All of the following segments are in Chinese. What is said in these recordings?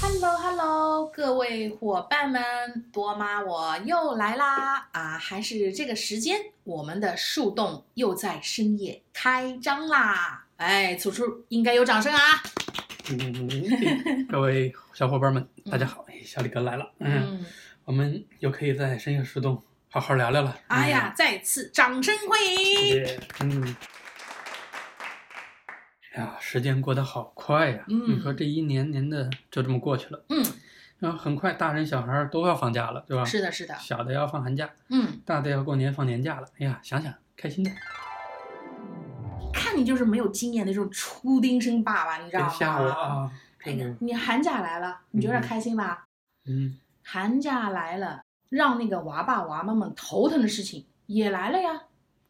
Hello Hello，各位伙伴们，多妈我又来啦！啊，还是这个时间，我们的树洞又在深夜开张啦！哎，此处应该有掌声啊！嗯，各位小伙伴们，大家好，小李哥来了。嗯，嗯，我们又可以在深夜树洞好好聊聊了。哎呀，再次掌声欢嗯，迎！谢谢嗯，哎呀，时间过得好快呀！嗯你说这一年年的就这么过去了，嗯，然后很快大人小孩儿都要放假了，对吧？是的，是的，小的要放寒假，嗯，大的要过年放年假了。哎呀，想想开心的，看你就是没有经验的这种初丁生爸爸，你知别道吗？吓我！啊！哎这呀个，，你寒假来了，你觉得嗯开心吧？嗯，寒假来了，让那个娃爸娃妈们头疼的事情也来了呀。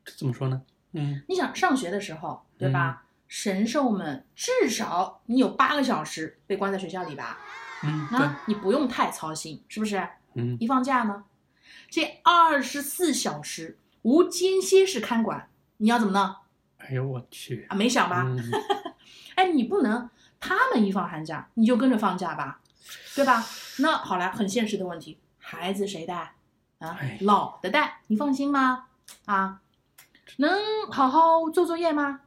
这怎么说呢？嗯，你想上学的时候，对吧？神兽们至少你有八个小时被关在学校里吧？嗯，对，啊，你不用太操心，是不是？嗯，一放假呢，这二十四小时无间歇式看管，你要怎么弄哎呦我去，啊？没想吧？嗯，哎，你不能，他们一放寒假你就跟着放假吧，对吧？那好了，很现实的问题，孩子谁带啊哎？老的带，你放心吗？啊，能好好做作业吗？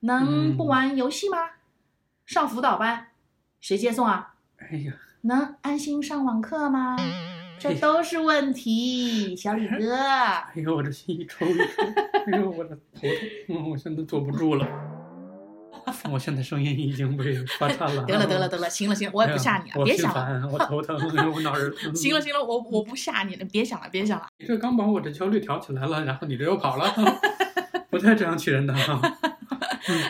能不嗯玩游戏吗？上辅导班，谁接送啊？哎呀。能安心上网课吗？这哎都是问题，小李哥。哎呦，我这心一抽一抽，哎呦，我的头疼，嗯，我现在坐不住了，我现在声音已经被 发颤了。得了得了得了，行了行了，我哎呀，也不吓你了，我别心想了。烦，我头疼，哎呦我脑仁 疼。行了，行了，我我不吓你了，别想了别想了。你这刚把我这焦虑挑起来了，然后你这又 跑了，不太这样取人的啊。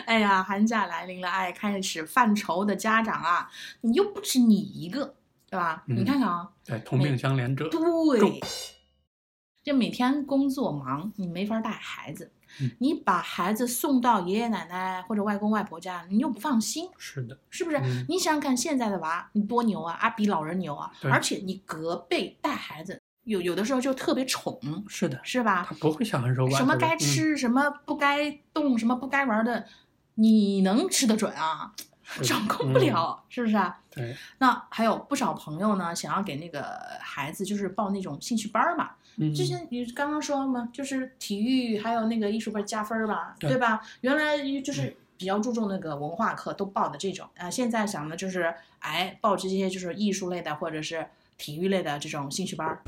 哎呀，寒假来临了，哎，开始犯愁的家长啊，你又不止你一个，对吧？嗯你看看啊，对，同病相怜者，对，这每天工作忙，你没法带孩子，嗯你把孩子送到爷爷奶奶或者外公外婆家，你又不放心，是的，是啊不是？嗯你想想看，现在的娃你多牛啊，啊，比老人牛啊，对而且你隔辈带孩子，有有的时候就特别宠，是的，是吧？他不会想很手腕。什么对吧该？吃，什么不该动，什么不该玩的，你能吃得准啊？是的掌控不了，是不是啊？嗯对，那还有不少朋友呢，想要给那个孩子就是报那种兴趣班儿嘛。嗯之前你刚刚说嘛，就是体育还有那个艺术班加分儿嘛，对嗯对吧？原来就是比较注重那个文化课，都报的这种啊、现在想的就是，哎，报这些就是艺术类的或者是体育类的这种兴趣班儿。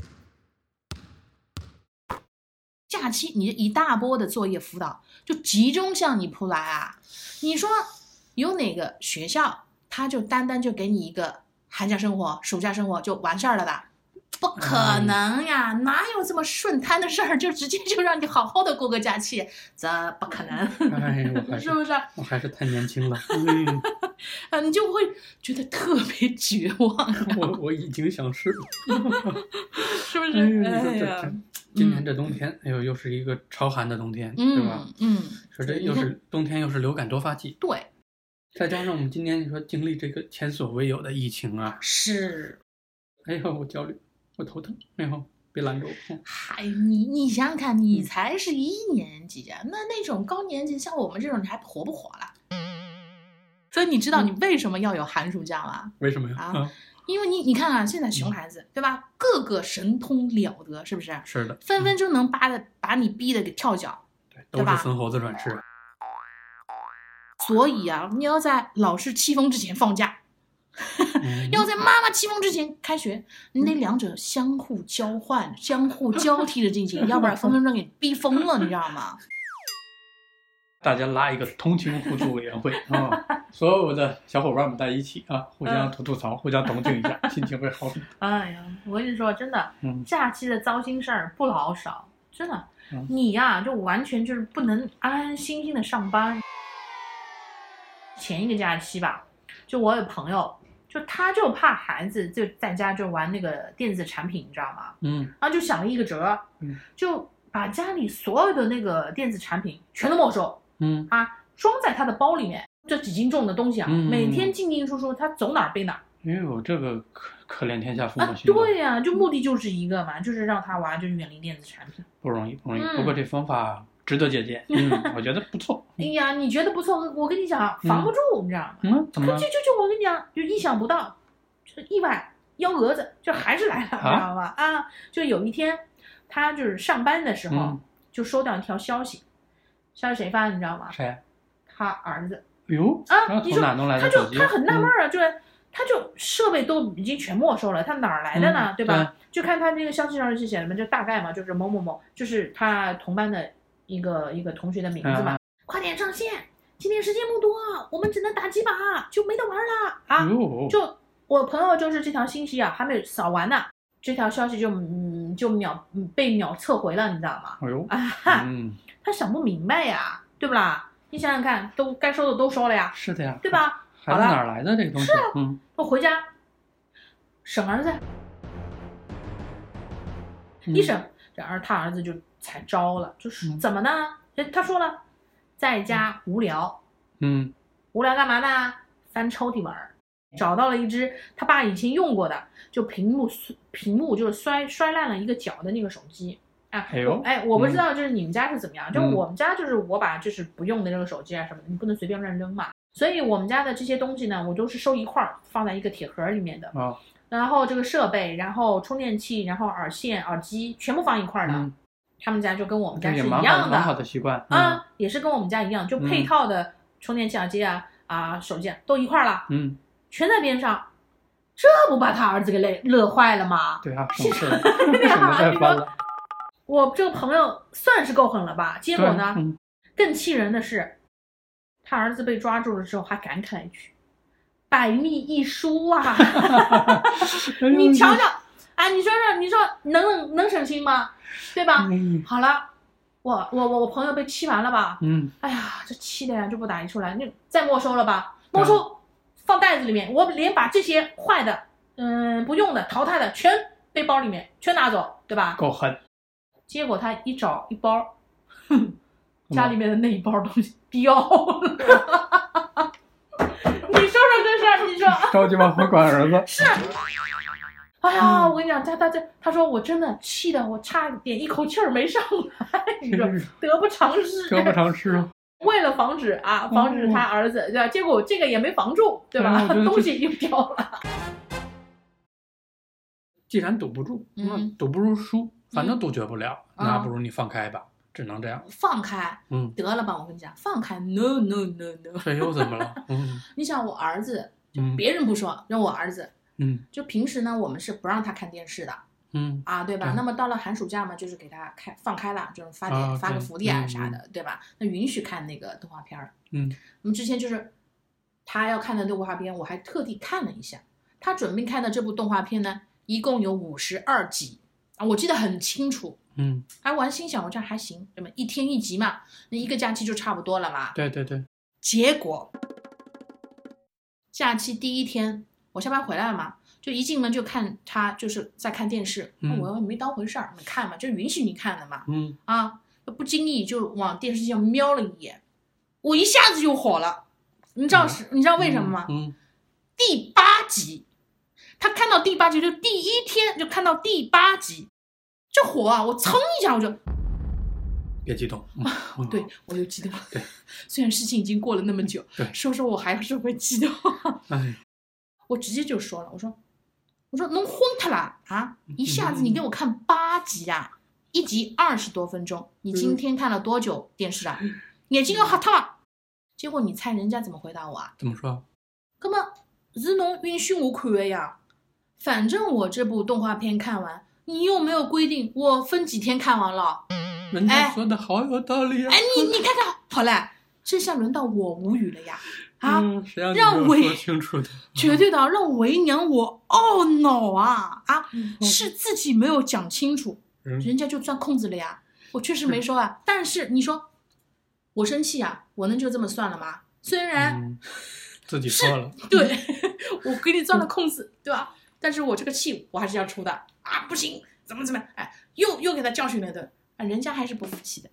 假期你这一大波的作业辅导就集中向你扑来啊！你说有哪个学校他就单单就给你一个寒假生活、暑假生活就完事儿了的？不可哎能呀，哪有这么顺摊的事儿？就直接就让你好好的过个假期，这不可能，哎， 我还是是不是？我还是太年轻了，嗯，啊，你就会觉得特别绝望，我我已经想试了。是 不哎呦，是？你说哎这呀这，今年这冬天，哎呦，又是一个超寒的冬天，对吧？嗯嗯，说这又是冬天，又是流感多发季，对，再加上我们今年你说经历这个前所未有的疫情啊，是。哎呦，我焦虑，我头疼，哎呦，别拦着我，嗯嗨，你你想想看，你嗯才是一年级呀、那那种高年级，像我们这种，你还活不活了？所以你知道你为什么要有寒暑假吗？为什么呀？啊啊，因为你你看啊，现在熊孩子对吧，个个神通了得，是不是？是的，分分钟能把的把你逼得给跳脚。嗯都对吧是孙猴 子转世，所以啊，你要在老师气疯之前放假，嗯要在妈妈气疯之前开学，你得两者相互交换、相互交替着进行，要不然分分钟给你逼疯了，你知道吗？大家拉一个同情互助委员 会啊，所有的小伙伴们在一起啊，互相吐吐槽，互相同情 一下，心情会好很多。哎呀，我跟你说，真的，嗯假期的糟心事儿不老少，真的。嗯你呀、就完全就是不能安安心心的上班。前一个假期吧，就我有朋友，就他就怕孩子就在家就玩那个电子产品，你知道吗？嗯，然后就想了一个辙，嗯就把家里所有的那个电子产品全都没收，嗯，啊，装在他的包里面。这几斤重的东西啊，嗯每天进进出出，他走哪儿背哪儿。哎呦，这个可可怜天下父啊母，心，对呀、就目的就是一个嘛，就是让他娃就远离电子产品。不容易，不容易。嗯不过这方法值得借 鉴，嗯，我觉得不错。哎呀，你觉得不错，我跟你讲，防不住，你知道吗？嗯，怎么可了就？就就我跟你讲，就意想不到，就是意外幺蛾子，就还是来了，啊你知道吗？啊，就有一天他就是上班的时候、嗯就收到一条消息，消息谁发的你知道吗？谁？哎他儿子，呦，啊那你从说哪弄来他的就手机？嗯他很纳闷儿啊，就是他就设备都已经全没收了，他哪儿来的呢？嗯对吧？就看他那个消息上是写什么，就大概嘛，就是某某某，就是他同班的一个一个同学的名字嘛。嗯快点上线，今天时间不多，我们只能打几把，就没得玩了啊！嗯。哟，就我朋友就是这条信息啊，还没有扫完呢，这条消息就嗯就秒嗯被秒撤回了，你知道吗？ 哎呦，啊哈，嗯，他想不明白呀、对不啦？你想想看，都该收的都收了呀，是的呀，对？吧？啊孩好子了哪儿来的这个东西？嗯，我回家审儿子，嗯一审，然而他儿子就才招了，就是嗯怎么呢？哎他说了，在家无聊，嗯，无聊干嘛呢？翻抽屉玩儿，找到了一只他爸以前用过的，就屏幕碎屏幕就是摔摔烂了一个角的那个手机。啊，哎呦我哎，我不知道，就是你们家是怎么样？就嗯我们家就是我把就是不用的这个手机啊什么的，你不能随便乱扔嘛。所以我们家的这些东西呢，我都是收一块儿放在一个铁盒里面的，啊，然后这个设备，然后充电器，然后耳线、耳机全部放一块儿的。嗯，他们家就跟我们这家也是一蛮好，样蛮好的习惯。啊，也是跟我们家一样，就配嗯套的充电器、耳机啊、啊手机啊都一块儿了，嗯，全在边上。这不把他儿子给累乐坏了吗？对啊，省事了， 对省 得啊，再你翻说了。我这个朋友算是够狠了吧？结对果呢，嗯，更气人的是，他儿子被抓住了之后还感慨一句：“百密一疏啊！” 哎你瞧瞧，啊，你说说，你说能能省心吗？对吧？嗯好了，我我我我朋友被气完了吧？嗯，哎呀，这气的呀就不打印出来，那再没收了吧？没收，放袋子里面，我连把这些坏的，嗯，不用的、淘汰的全背包里面全拿走，对吧？够狠，结果他一找一包，哼，嗯家里面的那一包东西掉了。 你说说这事儿，你说，着急忙慌管儿子。哎呀，嗯我跟你讲，他他这，他说我真的气的，我差点一口气儿没上来，你 说得不偿失， 得不偿失啊！为了防止啊，防止他儿子，对吧？结果这个也没防住，对吧？哦 嗯对我觉得这东西又掉了。既然堵不住，嗯那堵不住输，反正杜绝不了，嗯那不如你放开吧，只能这样。放开，嗯，得了吧，我跟你讲，放开，no no no no。这又怎么 了？嗯你想我儿子，嗯别人不说，让我儿子，嗯就平时呢，我们是不让他看电视的嗯啊，对吧？对那么到了寒暑假嘛，就是给他开放开了，就是发点、啊发个对福利啊嗯啥的，对吧？那允许看那个动画片儿。嗯，我们之前就是他要看的动画片，我还特地看了一下。他准备看的这部动画片呢，一共有五十二集啊，我记得很清楚。嗯，哎，我还心想，我这样还行，对吧？一天一集嘛，那一个假期就差不多了嘛。对对对，结果假期第一天，我下班回来嘛，就一进门就看他就是在看电视，哦嗯我也没当回事儿，你看嘛，就允许你看的嘛，嗯啊，就不经意就往电视机上瞄了一眼，我一下子就火了，你知道是，你知道为什么吗？嗯第八集，他看到第八集就第一天就看到第八集，这火啊，我噌一下我就别激动。嗯嗯对我又激动了对。嗯虽然事情已经过了那么久对，说说我还是会激动。哎， 我直接就说了，我说，我说弄昏他啦啊！嗯一下子你给我看八集啊，一集二十多分钟，嗯你今天看了多久电视啊？眼睛要瞎掉了。结果你猜人家怎么回答我啊？怎么说？那么是侬允许我看的呀，反正我这部动画片看完，你又没有规定我分几天看完了。人家说的好有道理啊！哎，你你看看，好嘞，这下轮到我无语了呀！啊，嗯，谁让你让没有我说 清楚的？绝对的啊让为娘我懊恼啊啊！嗯是自己没有讲清楚，嗯人家就钻空子了呀。我确实没收啊，但是你说我生气啊，我能就这么算了吗？虽然、嗯，自己错了。对 我给你钻了空子，对吧？但是我这个气我还是要出的啊！不行，怎么怎么样？哎，又又给他教训了一顿啊！人家还是不服气的，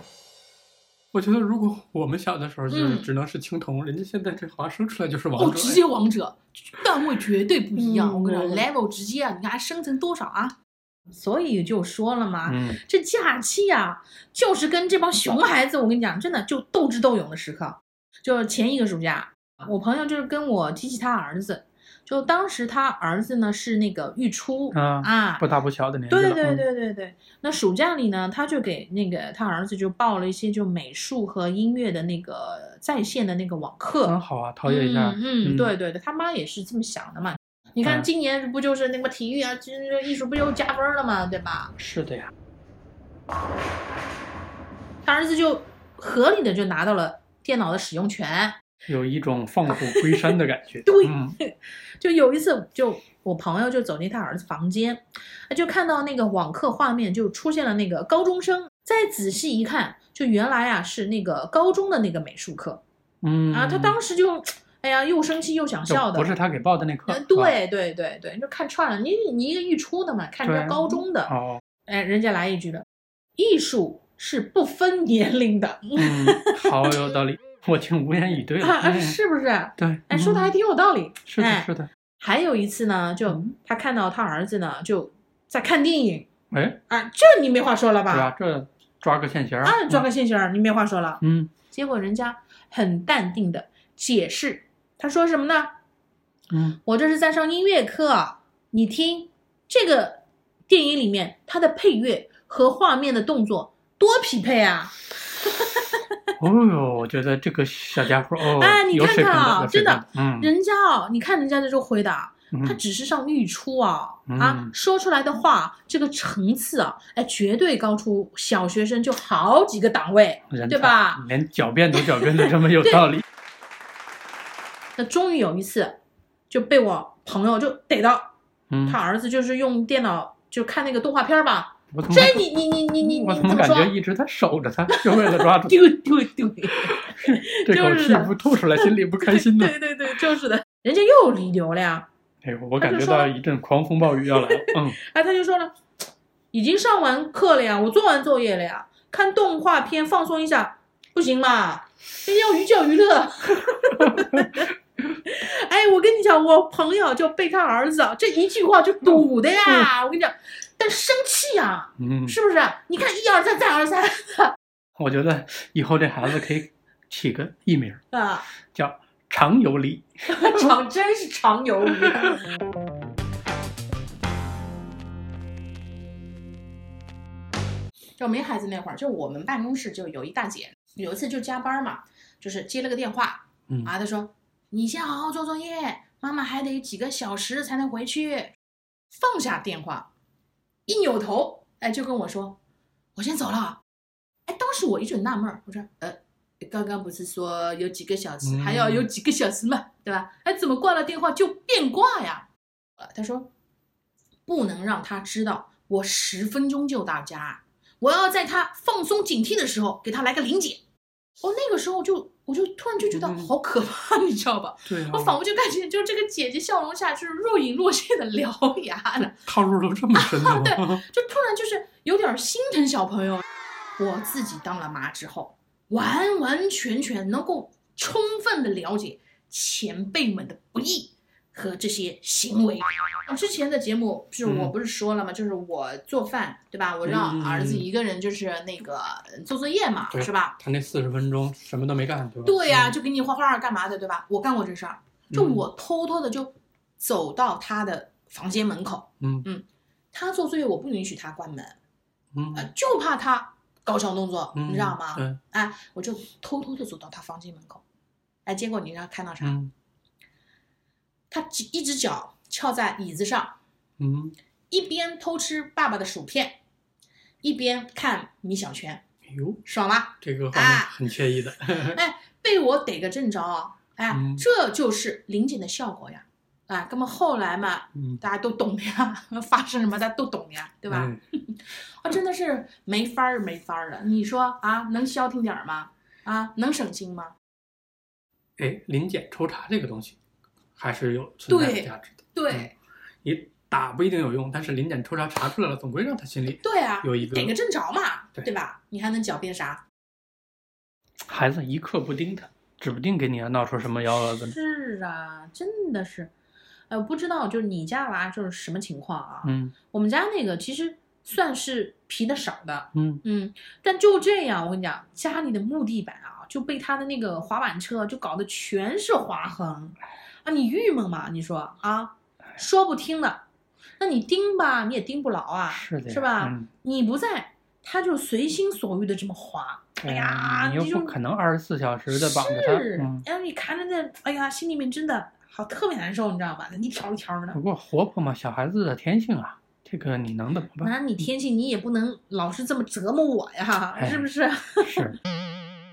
我觉得如果我们小的时候就是嗯只能是青铜，人家现在这好像生出来就是王哦，者。哎直接王者段位绝对不一样，嗯我跟你我讲，level 直接啊！你看还升成多少啊？所以就说了嘛，嗯，这假期啊，就是跟这帮熊孩子，我跟你讲，真的就斗智斗勇的时刻。就是前一个暑假，我朋友就是跟我提起他儿子，就当时他儿子呢是那个育初啊啊不大不小的年纪对了，对嗯对对对，那暑假里呢，他就给那个他儿子就报了一些就美术和音乐的那个在线的那个网很课，好啊，陶冶一下。嗯，嗯嗯对对对，他妈也是这么想的嘛。你看嗯今年不就是那个体育啊，就是艺术不又加分了嘛，对吧？是的呀，他儿子就合理的就拿到了电脑的使用权。有一种放虎归山的感觉。 对嗯就有一次，就我朋友就走进他儿子房间，就看到那个网课画面就出现了那个高中生，再仔细一看，就原来啊是那个高中的那个美术课嗯啊，他当时就，哎呀，又生气又想就笑的，不是他给报的那课嗯，，啊对对对对，就看串了，你你一个预出的嘛，看人家对高中的，哦，哎，人家来一句了，艺术是不分 年龄的，嗯，好有道理，我竟无言以对了。 啊啊，嗯是不是？哎，对，说的还嗯挺有道理，是的，哎是的，还有一次呢，就嗯他看到他儿子呢就在看电影哎，啊，这你没话说了对啊嗯吧？吧？这抓个现行儿啊，抓个现行儿，你没话说了。嗯结果人家很淡定的解释，他说什么呢？嗯，我这是在上音乐课，啊你听这个电影里面它的配乐和画面的动作多匹配啊！哦呦，我觉得这个小家伙哦，哎你有看水平看啊的，有水真的平的，嗯，人家哦，你看人家这就回答，他嗯只是上预初啊、啊嗯，说出来的话这个层次啊，哎，绝对高出小学生就好几个档位。人对才吧？连狡辩都狡辩的这 么有道理，那终于有一次，就被我朋友就逮到，嗯他，儿子就是用电脑就看那个动画片儿吧，我怎么这你你你你你嗯我你怎怎么么感说？啊觉一直在守着他，就为 了抓住对对对， 这口就是气的不吐出来，心里不开心的。对对对，就是的，人家又理由了呀。哎呦，我他感就觉说到一阵狂风暴雨要来了。嗯，哎，他就说了，已经上完课了呀，我做完作业了呀，看动画片放松一下，不行嘛，人家要寓教于乐。 哎，我跟你讲，我朋友就被他儿子啊这一句话就堵的呀，我跟你讲，但生气呀、嗯，是不是？你看一而再再而三 我觉得以后这孩子可以起个艺名儿啊，叫常有理。长真是长有理。就没孩子那会儿，就我们办公室就有一大姐，有一次就加班嘛，就是接了个电话，嗯啊，她说你先好好做作业，妈妈还得几个小时才能回去。放下电话，一扭头，哎，就跟我说，我先走了。哎，当时我一直纳闷儿，我说，呃，刚刚不是说有几个小时，还要有几个小时嘛，对吧？哎，怎么挂了电话就变卦呀？呃，他说，不能让他知道我十分钟就到家。我要在他放松警惕的时候给他来个临检。哦，那个时候就我就突然就觉得嗯好可怕，你知道吧？对啊我仿佛就感觉，就这个姐姐笑容下是若隐若现的獠牙的，套路都这么 深的吗？ 就突然就是有点心疼小朋友。我自己当了妈之后，完完全全能够充分的了解前辈们的不易和这些行为。之前的节目就是我嗯不是说了吗？就是我做饭，对吧？我嗯嗯让嗯儿子一个人就是那个呃做作业嘛，对是吧？他那四十分钟什么都没干，对吧？对呀、就给你画画干嘛的，对吧？我干过这事儿，就嗯我偷偷的就走到他的房间门口，嗯他做作业我不允许他关门，嗯呃，就怕他搞小动作，嗯，你知道吗？嗯哎，我就偷偷的走到他房间门口，哎，结果你知道看到啥？嗯他只一只脚翘在椅子上，嗯，一边偷吃爸爸的薯片，一边看米小圈，哎呦，爽吧？这个画面啊很惬 意的。哎，被我逮个正着啊！哎，嗯这就是临检的效果呀！啊，那么后来嘛，嗯，大家都懂的呀，发生什么大家都懂的呀，对吧？嗯？啊，真的是没法儿没法儿了。你说啊，能消停点儿吗？啊，能省心吗？哎，临检抽查这个东西还是有存在的对价值的。对、你打不一定有用，但是临检抽查查出来了，总归让他心里对啊，有一个逮个正着嘛，对吧？你还能狡辩啥？孩子一刻不盯他，指不定给你闹出什么幺蛾子。是啊，真的是，呃，不知道就是你家娃就是什么情况啊？嗯我们家那个其实算是皮的少的，嗯，嗯，但就这样，我跟你讲，家里的木地板啊，就被他的那个滑板车就搞得全是划痕，啊，你郁闷嘛？你说啊，说不听的，那你盯吧，你也盯不牢啊，是的呀，是吧？嗯你不在，他就随心所欲的这么划，哎呀，嗯你你就又不可能二十四小时的绑着它。是嗯，，然后你看着那，哎呀，心里面真的好特别难受，你知道吧？一条一条的不。过活泼嘛，小孩子的天性啊，这个你能怎么办？那你天性你也不能老是这么折磨我呀，哎是不是？是，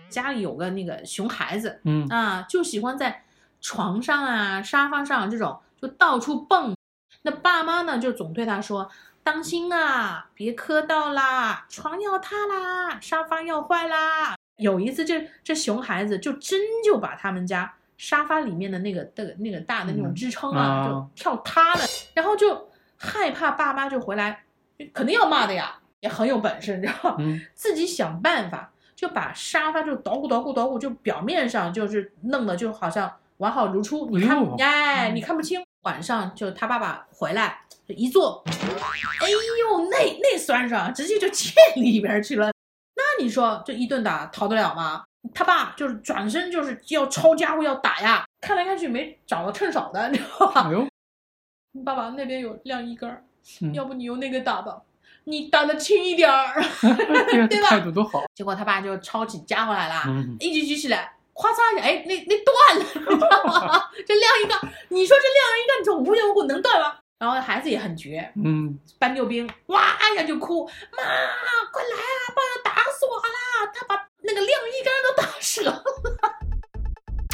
家里有个那个熊孩子嗯，啊，就喜欢在床上啊、沙发上这种就到处蹦。那爸妈呢，就总对他说：“当心啊，别磕到啦，床要塌啦，沙发要坏啦。”有一次这，这熊孩子就真就把他们家沙发里面的那个那个那个大的那种嗯支撑啊，啊就跳塌了，然后就害怕爸妈就回来，肯定要骂的呀，也很有本事，你知道吗？嗯， 自己想办法，就把沙发就捣鼓捣鼓捣鼓，就表面上就是弄得就好像完好如初，你看哎呦，哎，嗯你看不清。晚上就他爸爸回来，就一坐，哎呦，那那酸爽，直接就嵌里边去了。那你说这一顿打逃得了吗？他爸就是转身就是要抄家伙要打呀，看来看去没找到趁手的，你知道吧？哎呦，爸爸那边有晾衣杆儿，嗯要不你用那个打吧，你打的轻一点儿。哎这个对吧态度多好。结果他爸就抄起家伙来了，嗯，一举举起来，咵嚓一下，哎，那那断了， 你知道吗？这晾一个，你说这晾一个，你这无缘无故能断吗？然后孩子也很绝，嗯，搬救兵，哇一下就哭，妈，快来啊，爸爸打死我啦！他把那个晾衣杆都打折了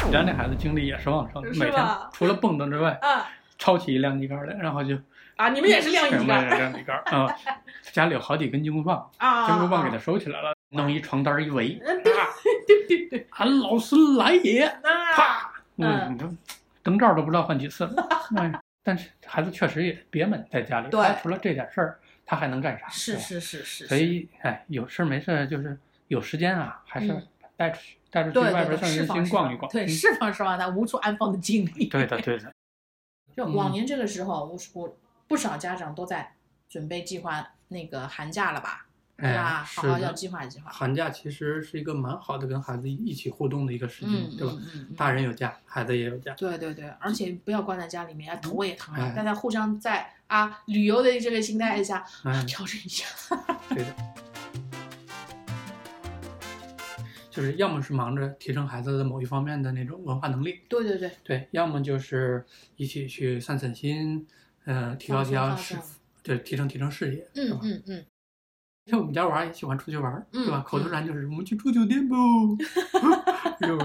你家那孩子精力也是旺盛的，是每天吧除了蹦跶之外，啊抄起一晾衣杆儿来，然后就啊！你们也是晾什衣么杆儿晾衣杆儿啊， 家里有好几根金箍棒，啊？金箍棒给他收起来了，弄一床单儿一围，嗯，对对对对，俺老孙来也，那啪，嗯嗯，你这灯罩都不知道换几次 了。哎呀，但是孩子确实也憋闷在家里，对他除了这点事儿，他还能干啥？是对吧是是是，所以哎，有事儿没事儿就是有时间啊，还是嗯带出去，带出去对外对边对，散释散放心，释逛放一逛。对，嗯释放释放他无处安放的精力。对的，对的，就嗯往年这个时候，我我不少家长都在准备计划那个寒假了吧，对吧？哎，好是好要的。计划计划。 寒假其实是一个蛮好的跟孩子一起互动的一个时嗯间，，对吧？嗯嗯嗯，大人有假，孩子也有假。对对对，而且不要关在家里面，啊，头也疼啊哎。大家互相在啊旅游的这个心态下哎，调整一下。 就是要么是忙着提升孩子的某一方面的那种文化能力，对对对，对，要么就是一起去散散心，呃，提高放提松高放视松，对，提升提升视野，是嗯吧？嗯嗯，像我们家娃儿也喜欢出去玩儿，对嗯吧？口头嗯禅就是我们去住酒店不？哦 就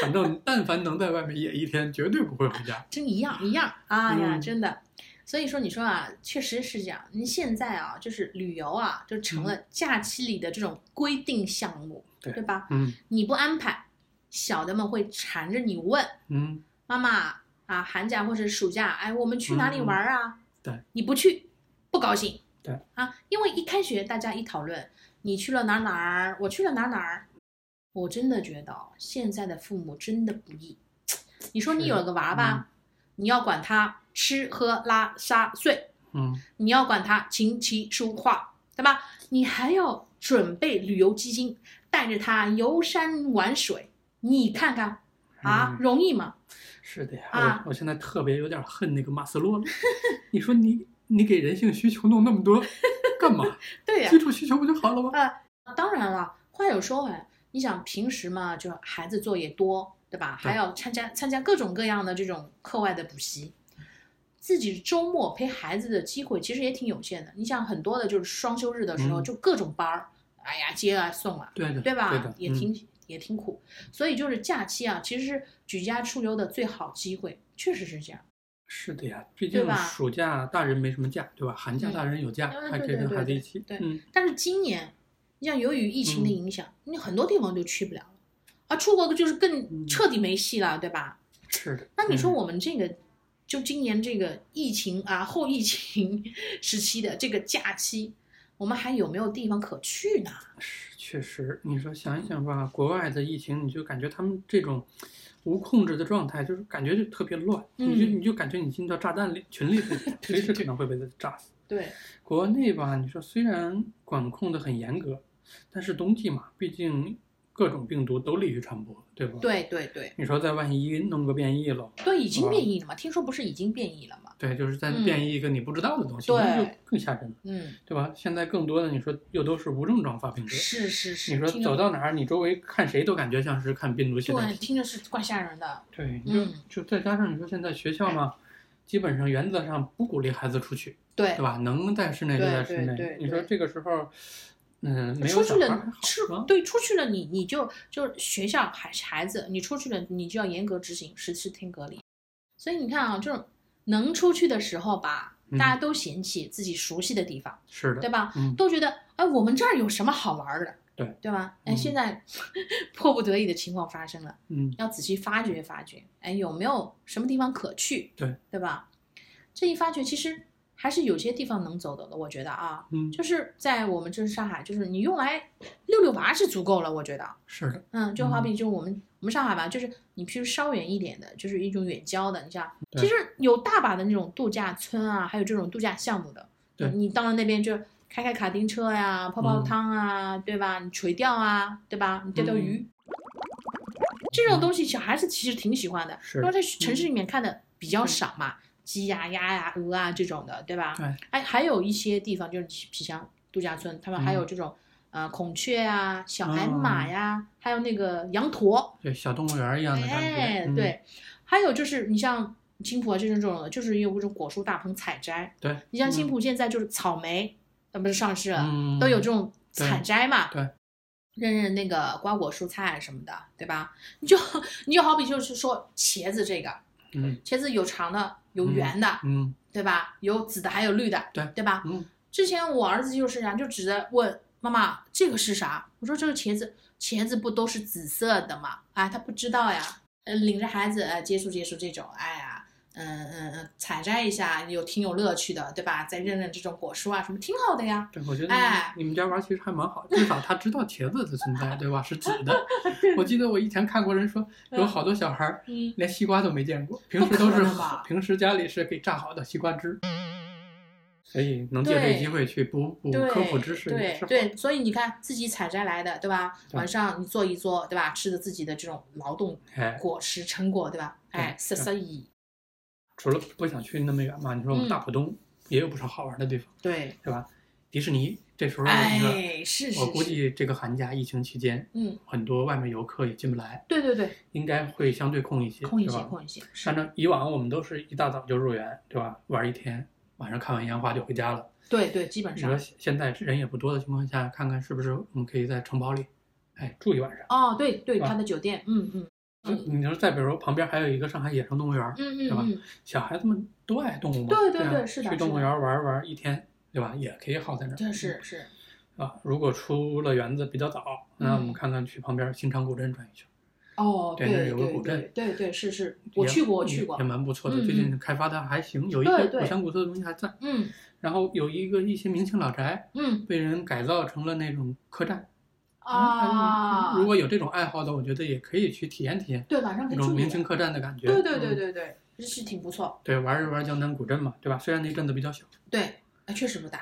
反正但凡能在外面野一天，绝对不会回家。真一样一样。哎呀，嗯真的。所以说，你说啊，确实是这样。你现在啊，就是旅游啊，就成了假期里的这种规定项目，嗯对对吧？嗯你不安排，小的们会缠着你问嗯，妈妈啊，寒假或者暑假，哎，我们去哪里嗯嗯玩啊？对，你不去，不高兴。对啊，因为一开学大家一讨论，你去了哪儿哪儿，我去了哪儿哪儿，我真的觉得现在的父母真的不易。你说你是嗯有个娃吧，你要管他吃喝拉撒睡，嗯，你要管他琴棋书画，对吧？你还要准备旅游基金，带着他游山玩水，你看看啊，嗯容易吗？是的呀，啊我我现在特别有点恨那个马斯洛了。 你说你你给人性需求弄那么多，干嘛？ 对呀、基础需求不就好了吗？当然了，话又说回来，你想平时嘛，就孩子作业多，对吧？对还要参加参加各种各样的这种课外的补习，自己周末陪孩子的机会其实也挺有限的。你想，很多的就是双休日的时候，嗯就各种班儿，哎呀，接啊送啊，对的，对吧？的，也嗯挺、也挺苦，所以就是假期啊，其实是举家出游的最好机会，确实是这样。是的呀，毕对竟吧暑假大人没什么假，对吧？寒假嗯大人有假，嗯还可以对对跟对孩子对一起。对嗯，但是今年，你像由于疫情的影响，你很多地方就去不了了，啊，出国就是更嗯彻底没戏了，对吧？是的。那你说嗯我们这个，就今年这个疫情啊，后疫情 时期的这个假期，我们还有没有地方可去呢？是确实，你说想一想吧，国外的疫情，你就感觉他们这种无控制的状态，就是感觉就特别乱，你就嗯你就感觉你进到炸弹里群里头，随时可能会被它炸死。对，国内吧，你说虽然管控的很严格，但是冬季嘛，毕竟各种病毒都利于传播，对不？。对对对你说再万一弄个变异了，对，已经啊变异了嘛？听说不是已经变异了嘛？对，就是在嗯变异一个你不知道的东西，对那就更吓人了，嗯，对吧？现在更多的你说又都是无症状发病者，是是是。你说听着走到哪儿，你周围看谁都感觉像是看病毒系统。对，听着是怪吓人的。对，你嗯就就再加上你说现在学校嘛，基本上原则上不鼓励孩子出去，对对，吧？能在室内就对在室对对内。你说对这个时候，嗯，没出有去小了孩儿是好吗，对，出去了你你就就是学校孩孩子，你出去了你就要严格执行十四天隔离。所以你看啊，就是能出去的时候吧，嗯大家都嫌弃自己熟悉的地方，是的对，吧？嗯，都觉得哎，我们这儿有什么好玩儿的？对对吧？哎，嗯现在 迫不得已的情况发生了，嗯，要仔细发掘发掘，哎，有没有什么地方可去？对，对吧？这一发掘，其实还是有些地方能走的了，我觉得啊，嗯，就是在我们这上海，就是你用来遛遛娃是足够了，我觉得。是的，嗯，就好嗯比就我们、我们上海吧，就是你譬如稍远一点的，就是一种远郊的，你像对其实有大把的那种度假村啊，还有这种度假项目的。嗯对你到了那边就开开卡丁车呀、泡泡嗯汤啊，对吧？你垂钓啊，对吧？你钓钓嗯鱼，这种嗯东西小孩子其实挺喜欢的，是因为在城市里嗯面看的比较少嘛，鸡呀、鸭呀、鹅啊这种的，对吧？对哎，还有一些地方就是皮皮箱度假村，他们还嗯有这种、呃孔雀啊、小哦海马呀，还有那个羊驼，对，小动物园儿一样的感觉，哎，嗯，对，还有就是你像青浦啊这种这种的，就是有这种果树大棚采摘，对，你像青嗯浦现在就是草莓，呃、不是上市了，嗯都有这种采摘嘛，对对认认那个瓜果蔬菜啊什么的，对吧？你就 你就好比就是说茄子这个，嗯茄子有长的，有圆的，嗯对吧？有紫的，还有绿的，对对吧？嗯，之前我儿子就是啊，就指着问妈妈这个是啥？我说这个茄子，茄子不都是紫色的吗？啊，他不知道呀。呃，领着孩子呃接触接触这种，哎呀，嗯嗯嗯，采摘一下有挺有乐趣的，对吧？再认认这种果蔬啊，什么挺好的呀。对，我觉得哎你们家娃其实还蛮好，至少他知道茄子的存在，对吧？是紫 的。我记得我以前看过人说，有好多小孩儿嗯，连西瓜都没见过，平不时都可是能吧 平时家里是给榨好的西瓜汁，所以能借对这机会去补补对嗯科普知识也对是好。对，所以你看自己采摘来的，对吧？对晚上你做一做，对吧？吃的自己的这种劳动哎，果实成果，对吧？对哎，色对色以除了不想去那么远嘛，你说我们嗯大浦东也有不少好玩的地方，对，对吧？迪士尼这时候你说，哎，是是是，我估计这个寒假疫情期间，嗯，很多外面游客也进不来，对对对，应该会相对空一些，空一对些吧？空一些，是按照以往，我们都是一大早就入园，对吧？玩一天，晚上看完烟花就回家了。对对，基本你上说现现在人也不多的情况下，看看是不是我们可以在城堡里，哎，住一晚上。哦，对对，吧他的酒店，嗯嗯嗯你说再比如旁边还有一个上海野生动物园儿，嗯嗯吧嗯，小孩子们都爱动物嘛，对对啊对是的去是动物的园玩一玩一天，对吧？也可以耗在那儿。这是是，啊，如果出了园子比较早，那我嗯们看看去旁边新昌古镇转一圈，哦，对对那儿有个对古对镇对对是是，我也去过我也去过也，蛮不错的。嗯最近开发的还行，有一对些对古香古色的东西还在。嗯然后有一个一些明清老宅嗯被人改造成了那种客栈啊，如果有这种爱好的，我觉得也可以去体验体验对晚上可那以种住明一清晚，客栈的感觉。对对对嗯对对，这是挺不错，对，玩一玩江南古镇嘛，对吧？虽然那镇子比较小，对，啊确实不大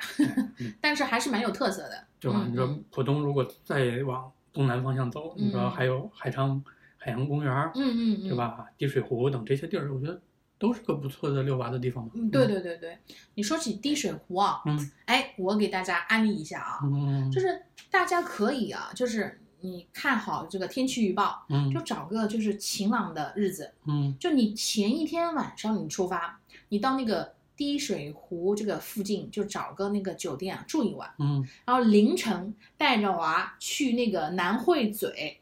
嗯， 但是还是蛮有特色的，对吧？嗯你说嗯浦东如果再往东南方向走，你说嗯还有海昌海洋公园儿，嗯嗯嗯，对？吧？滴水湖等这些地儿，我觉得都是个不错的遛娃的地方嘛。嗯，对，对对对，你说起滴水湖啊，嗯，哎，我给大家安利一下啊，嗯，就是大家可以啊，就是你看好这个天气预报，嗯就找个就是晴朗的日子，嗯就你前一天晚上你出发，你到那个滴水湖这个附近，就找个那个酒店啊住一晚，嗯，然后凌晨带着娃去那个南汇嘴。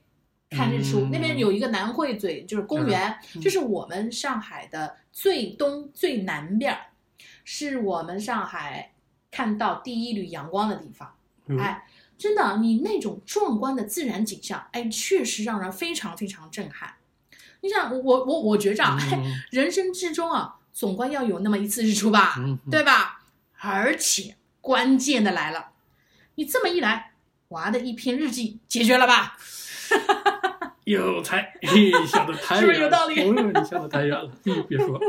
看日出，嗯那边有一个南汇嘴，就是公园，嗯这是我们上海的最东最南边儿，是我们上海看到第一缕阳光的地方。嗯哎，真的，你那种壮观的自然景象，哎，确实让人非常非常震撼。你想，我我我觉着啊，嗯嗯 人生之中啊，总归要有那么一次日出吧，嗯，嗯，对吧？而且关键的来了，你这么一来，娃的一篇日记解决了吧？有才，嘿，想的太远了，是不是有道理哦你想的太远了， 嗯别说，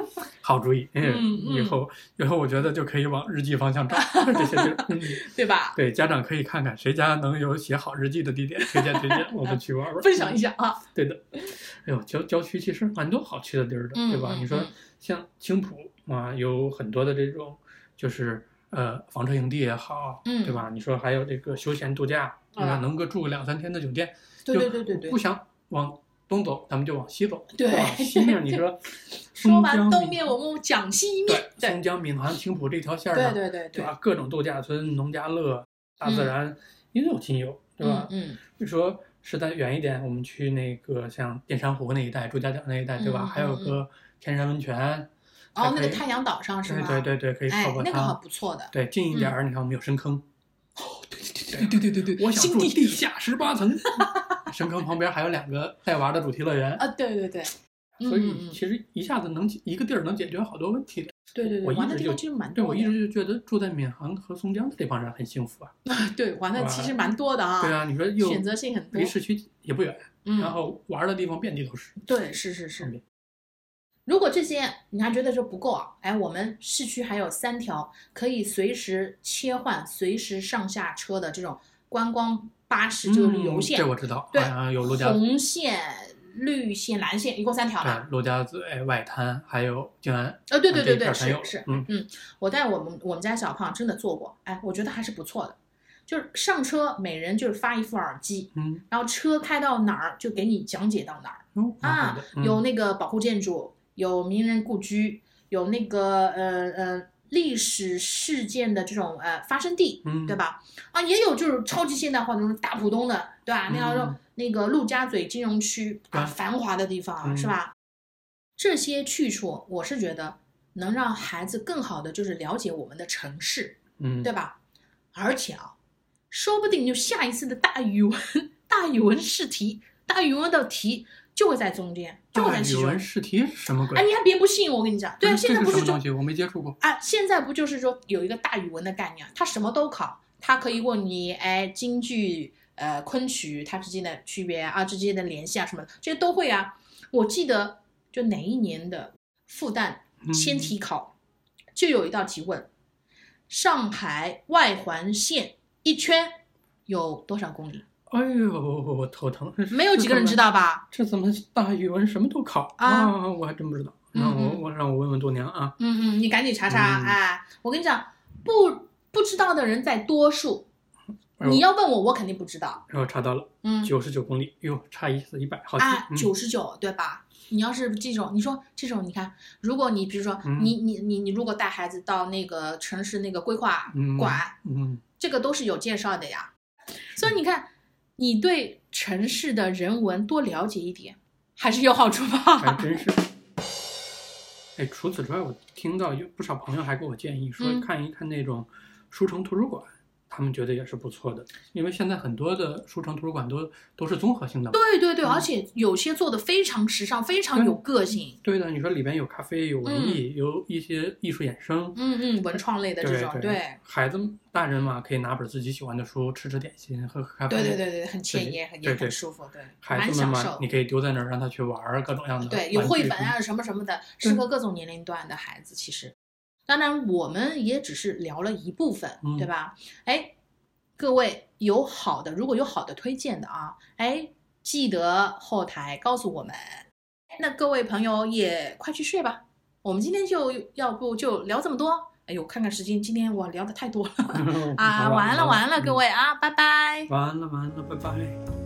好主意，嗯嗯以后以后我觉得就可以往日记方向找这些地儿。嗯对吧？对，家长可以看看谁家能有写好日记的地点，推荐推荐，我们去玩玩，分享一下啊，对的，哎呦，郊郊区其实蛮多好去的地儿的，嗯对吧？嗯你说嗯像青浦啊，有很多的这种就是呃房车营地也好，嗯对吧？你说还有这个休闲度假，对吧？啊能够住个两三天的酒店，对就对对对对不想往东走，咱们就往西走，对往 西面你说说松江完闽东面，我们讲西面对，松江闵行青浦这条线儿对上，对对对吧？各种度假村、农家乐、大自嗯然应有尽有，对吧？嗯就说是在远一点，我们去那个像淀山湖那一带、朱家角那一带，对吧？嗯嗯还有个天山温泉，嗯，还哦，可那个以太阳岛上是对吗？对对对，可以泡哎泡，那个好汤。不错的。对，近一点儿，你看我们有深坑，对对对对对，我想新住地地下十 八层。深坑旁边还有两个带娃的主题乐 园，啊，对对对，所嗯嗯以嗯其实一下子能解一个地儿能解决好多问题的。对对我对，一玩的直地就方其实蛮多对的。我一直就觉得住在闵行和松江这帮人很幸福啊。对玩的其实蛮多的啊，对啊，你说又选择性很多离。市区也不远，嗯，然后玩的地方遍地都是。对，是是方是便。如果这些你还觉得这不够啊，哎，我们市区还有三条可以随时切换、随时上下车的这种观光巴士，就是旅游嗯线，这我知道，对好像有陆家红线、绿线、蓝线，一共三条吧对，。陆家嘴、哎外滩，还有静安。呃，对对对啊这一片对，儿全是有是，嗯嗯，我带我们我们家小胖真的坐过，哎，我觉得还是不错的。就是上车，每人就是发一副耳机，嗯，然后车开到哪儿就给你讲解到哪儿。哦蛮好啊的，嗯有那个保护建筑，有名人故居，有那个呃呃历史事件的这种呃发生地，嗯对吧？啊，也有就是超级现代化的那种大浦东的，对吧？那条嗯那个陆家嘴金融区啊，对繁华的地方啊，是嗯吧？这些去处，我是觉得能让孩子更好的就是了解我们的城市，嗯，对吧？而且啊，说不定就下一次的大语文大语文试题、大语文的题就会在中间，就会大在其语中。文试题是什么鬼？哎，你还别不信，我跟你讲，对啊，这现在是不什是么就东西？我没接触过。啊，现在不就是说有一个大语文的概念，它什么都考，它可以问你，哎，京剧、呃，昆曲它之间的区别啊，之间的联系啊什么的，这些都会啊。我记得就哪一年的复旦嗯签题考，就有一道题问：上海外环线一圈有多少公里？哎呦，我我头疼。没有几个人知道吧？这怎么大语文什么都考啊我还真不知道。嗯让我嗯我让我问问度娘啊。嗯嗯，你赶紧查查嗯哎！我跟你讲，不不知道的人在多数，哎呦你要问我，我肯定不知道。然后查到了嗯，九十九公里，哟，差一次一百，好几啊，嗯九十九对吧？你要是这种，你说这种，你看，如果你比如说嗯你你你你如果带孩子到那个城市那个规划嗯馆，嗯，这个都是有介绍的呀。所以你看，你对城市的人文多了解一点，还是有好处还吧？真是。哎，除此之外，我听到有不少朋友还给我建议说嗯，看一看那种书城图书馆，他们觉得也是不错的，因为现在很多的书城图书馆都都是综合性的嘛。对对对，嗯而且有些做的非常时尚，非常对有个性。对的，你说里边有咖啡，有文艺，有一些艺术衍生，嗯嗯，文创类的这对种，对对，孩子们大人嘛，可以拿本自己喜欢的书，吃吃点心，喝喝咖啡。对对对对，很惬意，很也对对很舒服，对，孩蛮子们享嘛受，你。可以丢在那儿，让他去玩儿各种样的玩具。对，有绘本嗯。啊什么什么的，适合各种年龄段的孩子。其实，当然我们也只是聊了一部分，嗯对吧？哎，各位有好的，如果有好的推荐的啊，哎，记得后台告诉我们。那各位朋友也快去睡吧，我们今天就要不就聊这么多。哎呦，看看时间，今天我聊的太多了 啊！嗯好 晚安了，晚安了，嗯各位啊，拜拜。晚安了，晚安了，拜拜。